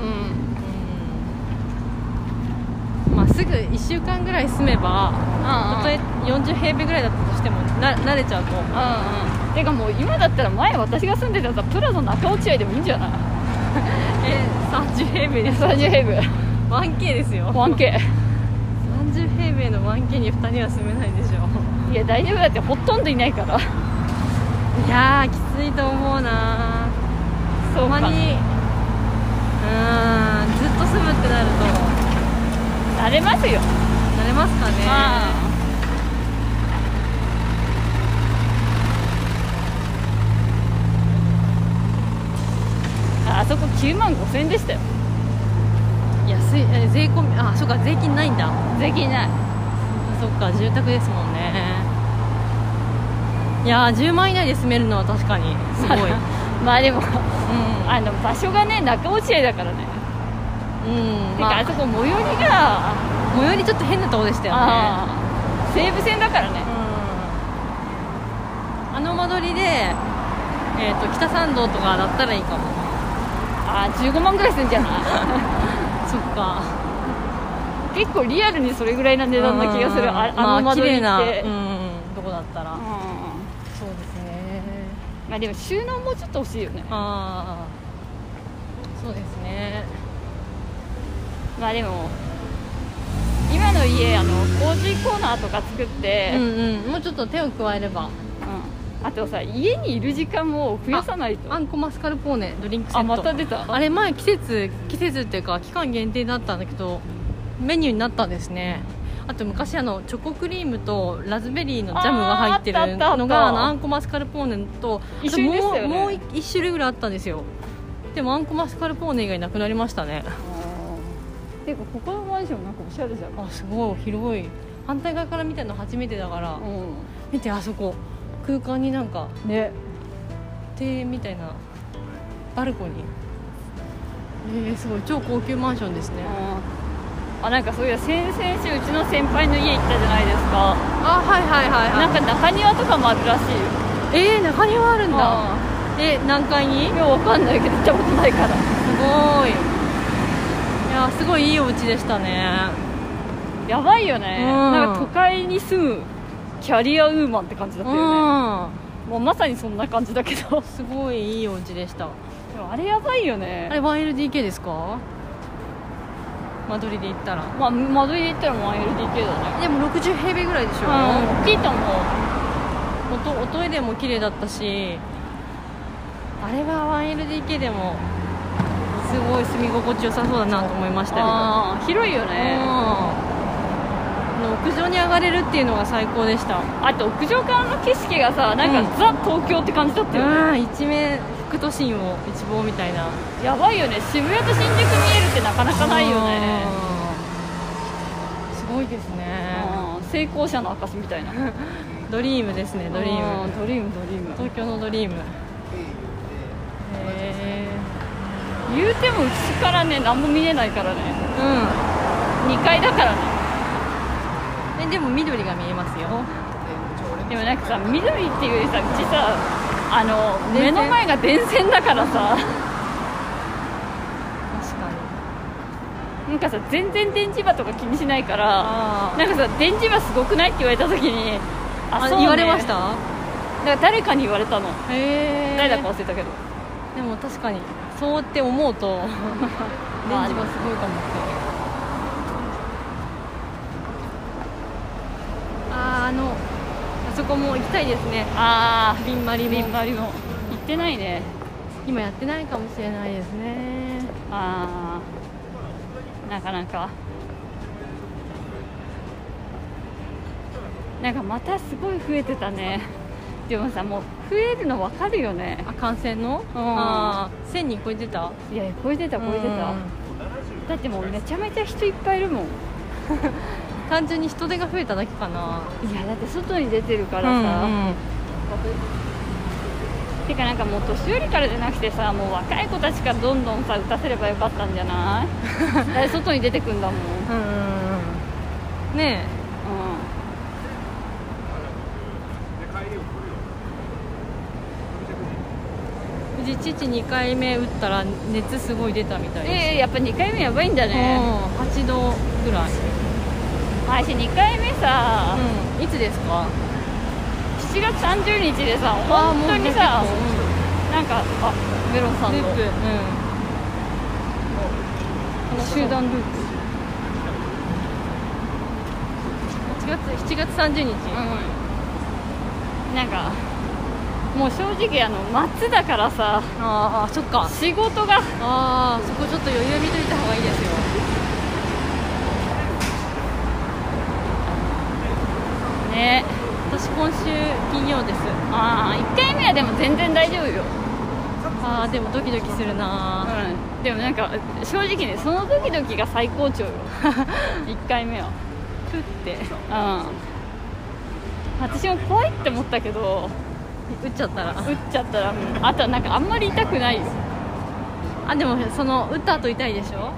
うん
うんまあすぐ1週間ぐらい住めばた
あ
とえ40平米ぐらいだったとしてもな慣れちゃうと思う
うんうんてかもう今だったら前私が住んでたさプラザ中落合でもいいんじゃない
え30平米です
30平米
1K です よ
1K
30平米の 1K に2人は住めないでしょ
いや大丈夫だってほとんどいないから
いやーきついと思うな
そ
た
う
ま
か
にうーんずっと住むってなると
なれますよ、
慣れますかね
ああそこ9万5000円でしたよ
安いえ税込みあそっか税金ないんだ
税金ない
そっか住宅ですもんねいやー10万以内で住めるのは確かに すごい
まあでも
う
あの場所がね中落合だからね
ん、うん
てか
ま
あ
あ、
そこ最寄りが、
最寄りちょっと変なとこでしたよね
あー西武線だからね
あの間取りで、えー、と北参道とかだったらいいかも
あー15万ぐらいするんじゃ ない
そっか
結構リアルにそれぐらいな値段な気がするあ
うん
あの間取りって、
まあ、綺麗
う
なんうんとこだったら、そうですね
まあでも収納もちょっと欲しいよね
ああそうですね
まあでも今の家あの工事コーナーとか作って、う
う
ん
んうんもうちょっと手を加えれば
あとさ家にいる時間も増やさないと
あ
あ
んこマスカルポーネドリンクセット
また出た
あれ前季節季節っていうか期間限定だったんだけどメニューになったんですねあと昔あのチョコクリームとラズベリーのジャムが入って
あーあっ
る
たあった
のがあのあんこマスカルポーネとあ
一
と
緒に
も
でしたよ
う
ね
もう一一種類ぐらいあったんですよでもあんこマスカルポーネ以外なくなりましたね
ていうかここのマンションなんかおしゃれじゃん
あすごい広い反対側から見たの初めてだから
う
見てあそこ空間になんか
んね
庭園みたいなバルコニーえー、すごい超高級マンションですね
あなんかそういや先々週うちの先輩の家行ったじゃないですか
あはいはいはいは
な
い
んか中庭とかもあるらしいよ
えー、中庭あるんだ
あ
え何階にす
いやわかんないけど行ったことないから
ごいいやすごいいいお家でしたね
やばいよね、
うん
なんか都会に住むキャリアウーマンって感じだったよね、もうまさにそんな感じだけど
うんすごいいいお家でした
でもあれやばいよね
あれ 1LDK ですか間取りで言ったら
まあ間取りで言ったらもう LDK だね
でも60平米ぐらいでし
うん
ょ、
大きいと思う
おとおトイレも綺麗だったしあれは 1LDK でもすごい住み心地よさそうだなと思いましたよ
あー広いよ
うん
ね
屋上に上がれるっていうのが最高でした
あと屋上からの景色がさなん
う
か
ん
ザ東京って感じだったよね、
うん一面副都心を一望みたいな
やばいよね渋谷と新宿見えるってなかなかないよね
うんすごいですね
うん成功者の証みたいな
ドリームですねドリー
う
ム
んドリームドリーム
東京のドリームへえ
言うてもうちからね何も見えないからね
う
2階だからね
んえでも緑が見えますよ
でもなんかさ緑っていうよりさうちさあの目
電線
の前が電線だからさ
確かに
なんかさ全然電磁場とか気にしないから
あ
なんかさ電磁場すごくないって言われた時に
あ
あそう、ね、
言われました
だから誰かに言われたの
へえ
誰だか忘れたけど
でも確かにそうって思 うと電
まあ
磁場すごいかもあーあのあそこも行きたいですね
あ
ビンマリ
あ
も
リンバリも行ってないね
今やってないかもしれないですね
ああなかなかなんかまたすごい増えてたねでもさもう増えるの分かるよね
あ感染の
うん
あー1000人超えてた
いや超えてた超えてた
うん
だってもうめちゃめちゃ人いっぱいいるもん
単純に人手が増えただけかない
やだって外に出てるか
から
さ、てかなんかもう年寄りからじゃなくてさもう若い子たちからどんどんさ打たせればよかったんじゃ ないだって外に出てくんだもん、うん、
うんうんうんうんねえうち父2回目打ったら熱すごい出たみたいです
ええやっぱ2回目やばいんだね、
うん8度ぐらい、
私2回目さ、
いつですか
7月30日でさ本当にさ
あーもう結構
なんかあメロンさん
ル
の
ープ、うん、
集団ループ
8月7月30日、
なんかもう正直あの夏だからさ
ああそっか
仕事が
ああそこちょっと余裕見といた方がいいですよ
ね
私今週金曜です
ああ1回目はでも全然大丈夫よ、
ああでもドキドキするな
うん、でもなんか正直ねそのドキドキが最高 潮よ1回目は
ふって
うん私も怖いって思ったけど
打っちゃった
打
ら
っちゃったら、うんあとはなんかあんまり痛くないよ
あでもその打った後痛いでしょ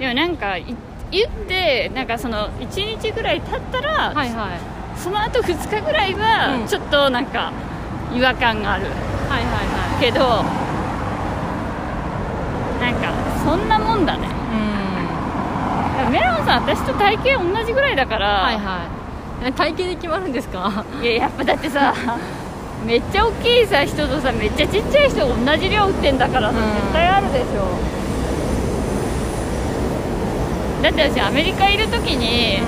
でもなんかい言ってなんかその1日ぐらい経ったら、
はいはい
その後2日ぐらいは
うん
ちょっとなんか違和感がある
はいは
けどなんかそんなもんだね
いは
メロンさん私と体型同じぐらいだから、
いうんはいはい体型で決まるんですか
い、ややっぱだってさめっちゃ大きいさ人とさめっちゃちっちゃい人同じ量売ってんだからさ、
うん
絶対あるでしょだって私アメリカいる時に、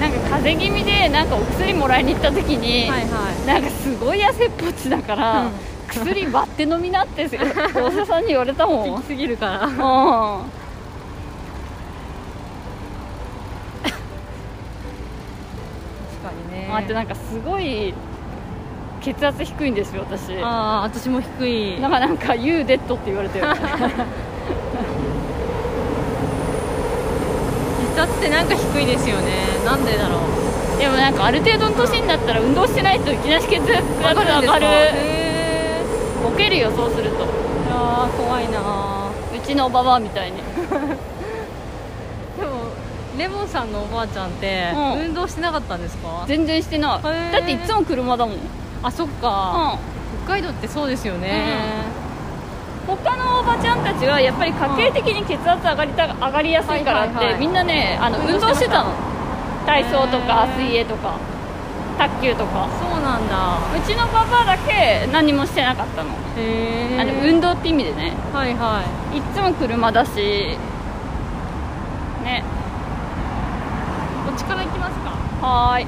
なんか風邪気味でなんかお薬もらいに行った時に、
はいは
なんかすごい痩せっぽちだから、
うん
薬割って飲みなって せお医者さんに言われたもん
い
うん
きすぎるから確かにね
あとなんかすごい血圧低いんですよ私だか
ああ私も低い
らなんか「You dead」って言わ れてる
血圧ってなんか低いですよねなんでだろう
でもなんかある程度の年になったら運動してないといきなり血圧上がる上がる
へー
ボケるよそうすると
あー怖いな
うちのおばばみたいに
でもレモンさんのおばあちゃんって、
うん
運動してなかったんですか
全然してない
へー
だっていつも車だもんうん
あそっか、北海道ってそうですよね、
う他のおばちゃんたちはやっぱり家計的に血圧上がりた上がりやすいからって、
はいはいはい
みんなねあの運
運
動
動
し
してて
た
た
の体操とか
へー
水泳とか卓球とか
そうなんだ
うちのパパだけ何もしてなかったの,、
へえ
あの運動って意味でね
はいはい
っつも車だしね
いこっちから行きますか
はーい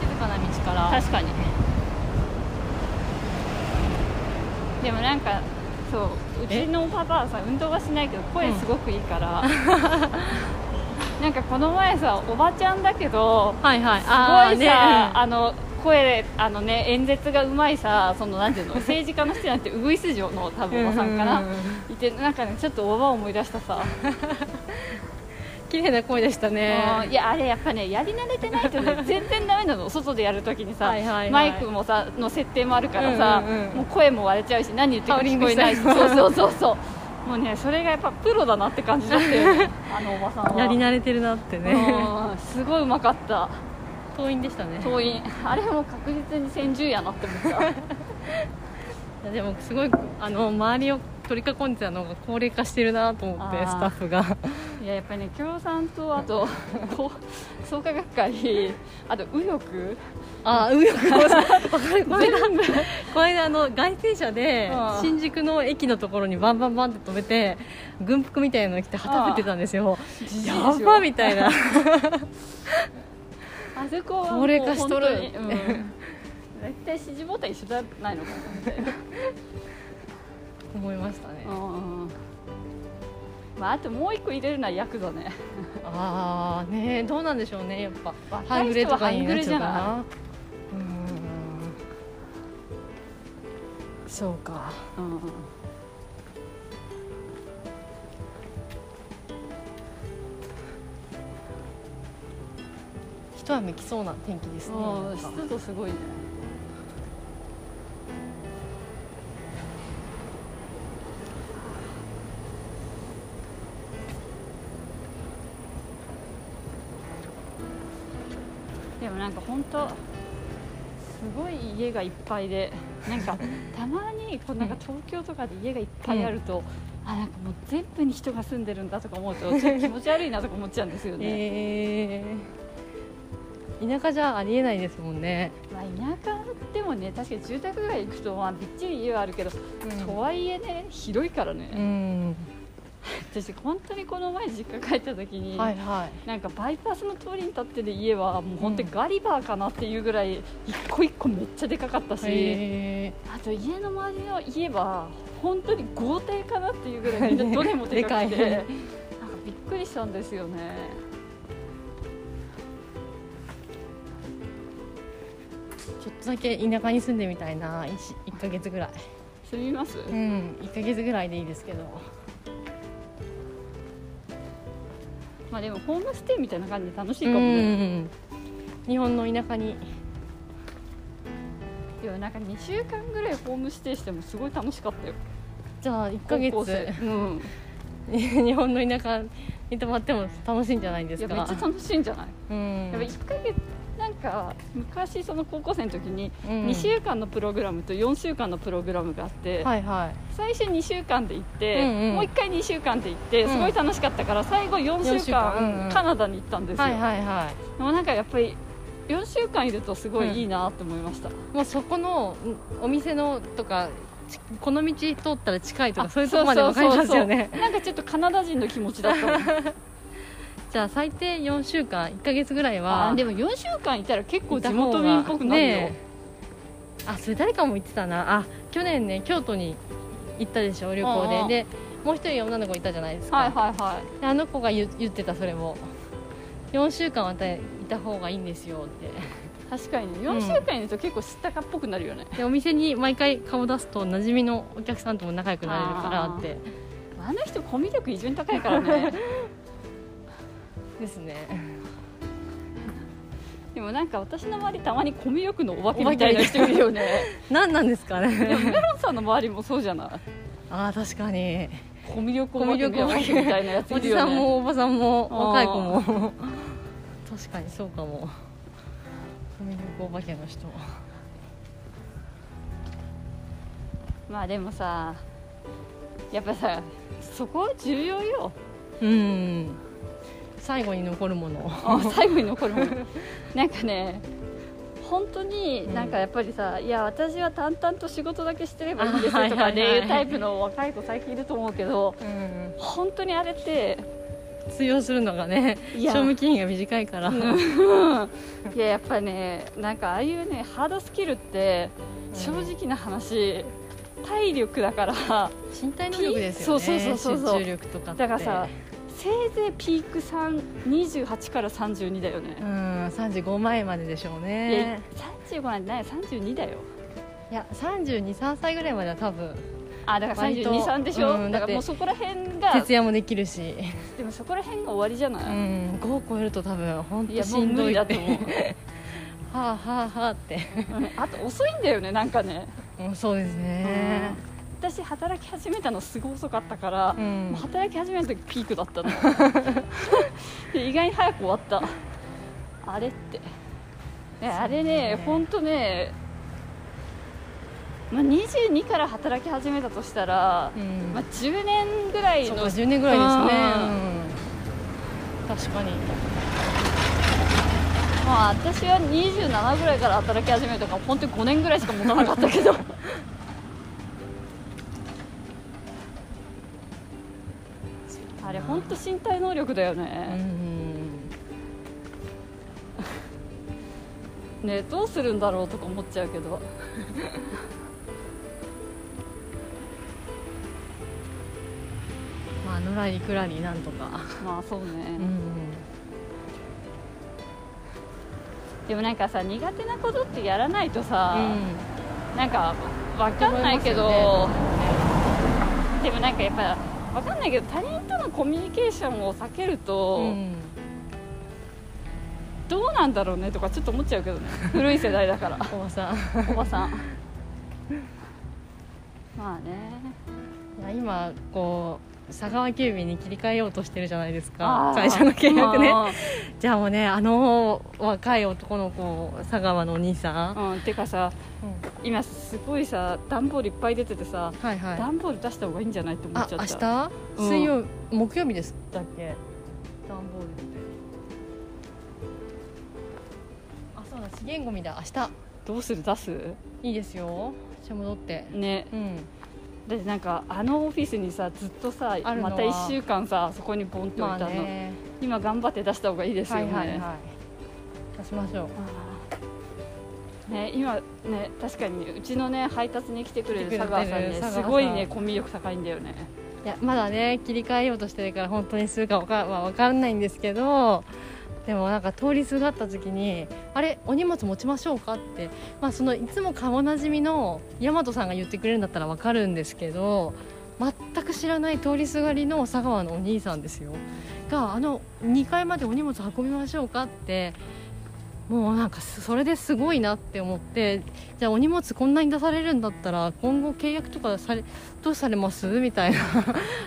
静かな道から
確かにでもなんかそうう
え
ちのパパはさ運動はしないけど声すごくいいから、 なんかこの前さおばちゃんだけど
はいはい
すごいさあ,、
ーね
の声あのね演説がうまいさそのなんていうの 政治家の人じゃなくてウグイス嬢の多分おばさんかな、
うんうんうん
いてなんかねちょっとおばを思い出したさ、
綺麗な声でしたね
うんいやあれやっぱねやり慣れてないと ね全然ダメなの外でやるときにさ
はいはいはい
マイクもさの設定もあるからさ、
うんうんうん
もう声も割れちゃうし何言ってるか聞こえないし
ハウリン
そう
グした
そ
り
うそうそうもうねそれがやっぱプロだなって感じだったよね あのおばさんは
やり慣れてるなってね
うんすごいうまかった
遠いんでしたね
遠いあれも確実に先住やなって思った
いやでもすごいあの周りを取り囲んでたのが高齢化してるなと思って
あー
スタッフが
いややっぱりね共産とあとこう創価学会あと右翼
ああ右翼交差わかる この間
全部
この間あの外線車で
うん
新宿の駅のところにバンバンバンって止めて軍服みたいなの着て旗振ってたんですよ
じじいでし
や
ょ
ばみたいな
あそこはもう
高齢化しとる
本当にうん大体支持ボタン一緒じゃないのかなみたいな、
思いましたね
うんまあ、あともう一個入れるのはヤクザね
ああねどうなんでしょうねやっぱ
若
半
い
グレ
人は
とか
半
に
グ
なっ
レ
ち
じ
ゃ
ゃ
うか
な
なうーんそうか
い、うん、
一雨来そうな天気です
そ
ね
う
なんか
湿度すごいねでもなんか本当すごい家がいっぱいでなん かたまにこうなんか東京とかで家がいっぱいあると、あなんかもう全部に人が住んでるんだとか思うとちょっと気持ち悪いなとか思っちゃうんですよね。
えー田舎じゃありえないですもんね、
まあ、田舎でもね確かに住宅街行くとまあびっちり家はあるけど、とはいえね広いから
う
ね、
ん、
私本当にこの前実家帰った時に、
はいはい
なんかバイパスの通りに立ってる家はもう本当にガリバーかなっていうぐらい一個一個めっちゃでかかったし、
へ
あと家の周りの家は本当に豪邸かなっていうぐ らいみんなどれもでかくて
でかい
なんかびっくりしたんですよね
ーちょっとだけ田舎に住んでみたいな 1, 1ヶ月ぐらい
住みます、
うん1ヶ月ぐらいでいいですけど
まあでもホームステイみたいな感じで楽しいか
う
もね、
ん日本の田舎に
でもなんか2週間ぐらいホームステイしてもすごい楽しかったよ
じゃあ1ヶ
高校生
月
うん
日本の田舎に泊まっても楽しいんじゃないで
いや
す
め
か
っちゃ楽しいんじゃない、
う
や
ん
っぱ1ヶ月なんか昔その高校生の時に
うん
2週間のプログラムと4週間のプログラムがあって、
はいはい
最初2週間で行って、
うんうん
もう1回2週間で行って
うん
すごい楽しかったから最後4
4
週
週
間
間うんうん
カナダに行ったんですよ、
はいはいはい
でもなんかやっぱり4週間いるとすごいいいなって思いました、
もうそこのんお店のとかちこの道通ったら近いと
あ
かそういうとこまで分かりますよ
そうそう
ね
そうなんかちょっとカナダ人の気持ちだったもん
じゃあ最低4週間1か月ぐらい
あ
は
ーでも4週間いたら結構
いた
地
方が
元民っぽくなるよ、
ねえあそれ誰かも言ってたなあ去年ね京都に行ったでしょ旅行
うん
で、
うん
でもう一人女の子いたじゃないですか、
はいはいはい
であの子が言言ってたそれも4週間はたいた方がいいんですよっ
確かにね
うん
4週間いると結構知ったかっぽくなるよね、
てでお店に毎回顔出すと馴染みのお客さんとも仲良くなれるからって
あの人コミュ力異常に高いから ね
ですね
でもなんか私の周りたまにコミュ力のお化けみたいな人いるよね
何なんですか
でも
ね
メロンさんの周りもそうじゃない
ああ確かに
コミュ力お化けみたいなやつ
お
いる
じ
よ
さ
ね
んもおばさんも
あー
若い子も確かにそうかもコミュ力お化けの人
まあでもさやっぱさそこ重要よ
うん最後に残るもの
あ最後に残るもの なんかね本当になんかやっぱりさ、いや私は淡々と仕事だけしてればいいんです
あはい
とか
はい
ね
はい
いうタイプの若い子最近いると思うけど
うん
本当にあれって
通用するのがね
いや
賞味期限が短いから、
いややっぱねなんかああいうねハードスキルって正直な話、体力だから
身体能力です
そう
よね
そうそうそうそう
集中力とかっ
だ
て
からさせいぜいピーク328から32だよね
う、ん35前まででしょう
いや
ね
35なんてない32だよ
いや323歳ぐらいまでは多分
あだから
割と
323でしょ、
うん
だか
だって
らもうそこら辺が
徹夜もできるし、
でもそこら辺が終わりじゃ
う
ない、
ん、5を超えると多分本
い
当
や
し
もうん無
ど
理
い
だ
って
と 思う、
はあはあはあって
うんあと遅いんだよねなんかね、
もうそうですね
うん私働き始めたのすごい遅かったから、
うん、
もう働き始めた時ピークだ ったので意外に早く終わったあれって、ね、あれね
そうね
本当ねまあ、22から働き始めたとしたら、
うん
まあ、10年ぐらい
そうか
の
10年ぐらいですね、うん確かに
まあ、私は27ぐらいから働き始めたから本当に5年ぐらいしか持たなかったけ どあれ本当身体能力だよ
う
ね,、
ん
ねどうするんだろうとか思っちゃうけど
まあのらりくらりなんとか、
まあそうね、
うん、
でもなんかさ苦手なことってやらないとさ、
うん
なんかわかんないけど、
わ
でもなんかやっぱわかんないけど他人とのコミュニケーションを避けると、
うん
どうなんだろうねとかちょっと思っちゃうけどね古い世代だ から
おばさん
おばさんまあね
いや今こう佐川急便に切り替えようとしてるじゃないです
あ
か
ー
会社の契約ね
あ
じゃあもうねあの若い男の子佐川のお兄さん、
ーうんてかさ今すごいさ段ボールいっぱい出ててさ
はいはい
段ボール出した方がいいんじゃないって思っ
あ
ちゃ
明
った
日、
うん
水曜木曜日ですだっけ段ボールってあそうだ資源ゴミだ明日
どうする出す
いいですよじゃあ戻って
ね
うん
だってなんかあのオフィスにさずっとさ
あるのは
また1週間さそこにボンって置い
ま
た
あ
の、
ね
今頑張って出した方がいいですよ
は
ね,
い
あー、
はいはい出しましょう
ね今ね確かにうちのね配達に来てくれ
来て
る
くれ
佐
てる
川さんね
佐川さ
す
ん
ごいねコミュ力高いんだよね
いやまだね切り替えようとしてるから本当にするかわか,、まあ、わかんないんですけどでもなんか通りすがった時に「あれお荷物持ちましょうか?」って、まあ、そのいつも顔なじみの大和さんが言ってくれるんだったらわかるんですけど全く知らない通りすがりの佐川のお兄さんですよがあの2階までお荷物運びましょうかってもうなんかすそれですごいなって思ってじゃあお荷物こんなに出されるんだったら今後契約とかされどうされますみたいな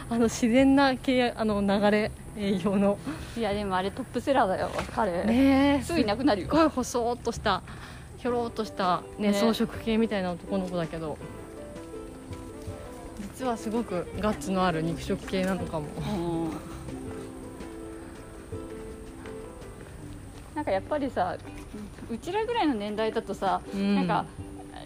あの自然な契約あの流れ営業の
いやでもあれトップセラーだよ彼、
ねえ
すぐいなくなるよ
すごい細っとしたひょろっとした、ね
ね
装飾系みたいな男の子だけど実はすごくガッツのある肉食系なのかも
うんなんかやっぱりさうちらぐらいの年代だとさ、
な
なんか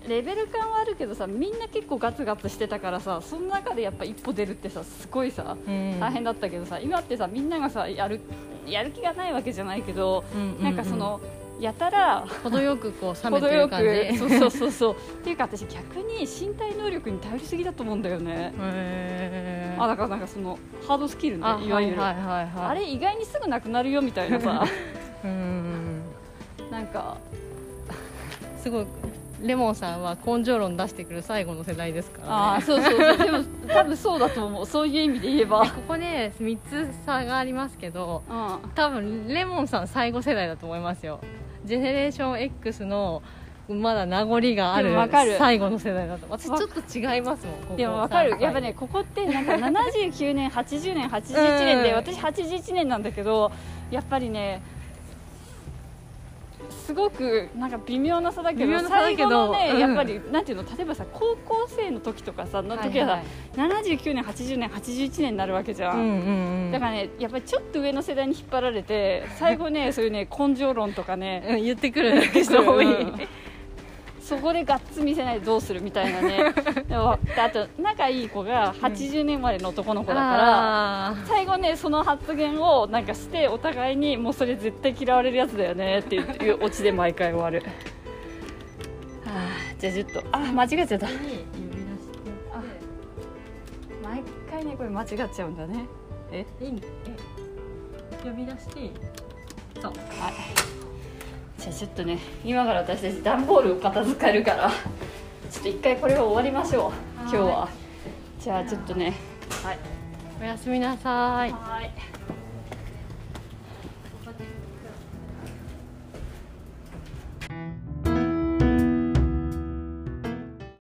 レベル感はあるけどさみんな結構ガツガツしてたからさその中でやっぱ一歩出るってさすごいさ大変だ
だ、
ったけどさ今ってさみんながさやるやる気がないわけじゃないけど、
ううう
なんかそのやたら
程よくこう冷め
程
てる
よく
感じ
そうそうそうそうっていうか私逆に身体能力に頼りすぎだと思うんだよね、
へー
あだからなんかそのハードスキルね
あ
いわゆる、
はいはいはいはい
あれ意外にすぐなくなるよみたいなさ
うん
なんか
すごいレモンさんは根性論出してくる最後の世代ですから、ね、
あーそうそうそうでも多分そうだと思うそういう意味で言えば、う
でここで3つ差がありますけど
ん、
多分レモンさん最後世代だと思いますよジェネレーション X のまだ名残があ
で
る
もわかる
最後の世代だと私ちょ
わ
っと違いますもんここ
でもわかる
三歳
やっぱねここってなんか79年80年81年
う
で
ん
私81年なんだけどやっぱりねすごくなんか微妙な差だけど
微妙な差だ
最
け
後
ど
のね、
うん
やっぱりなんていうの例えばさ高校生の時とかさの時はさ、
い
79年80年81年になるわけじゃ、
うんんうん
だからねやっぱりちょっと上の世代に引っ張られ て最後ねそういうね根性論とか ね
うん言ってくる人多い、
うんそこでがっつ見せないでどうするみたいな ねでもであと仲いい子が80年生まれの男の子だから。
あー
最後ねその発言をなんかしてお互いにもうそれ絶対嫌われるやつだよねっていうオチで毎回終わる あーじゃあちょっとあー間違えちゃったあ毎回ねこれ間違っちゃうんだねえ
呼び出して
そうはいじゃあちょっとね今から私たち段ボールを片付けるからちょっと一回これを終わりましょう今日はじゃあちょっとね
おやすみなさい
はい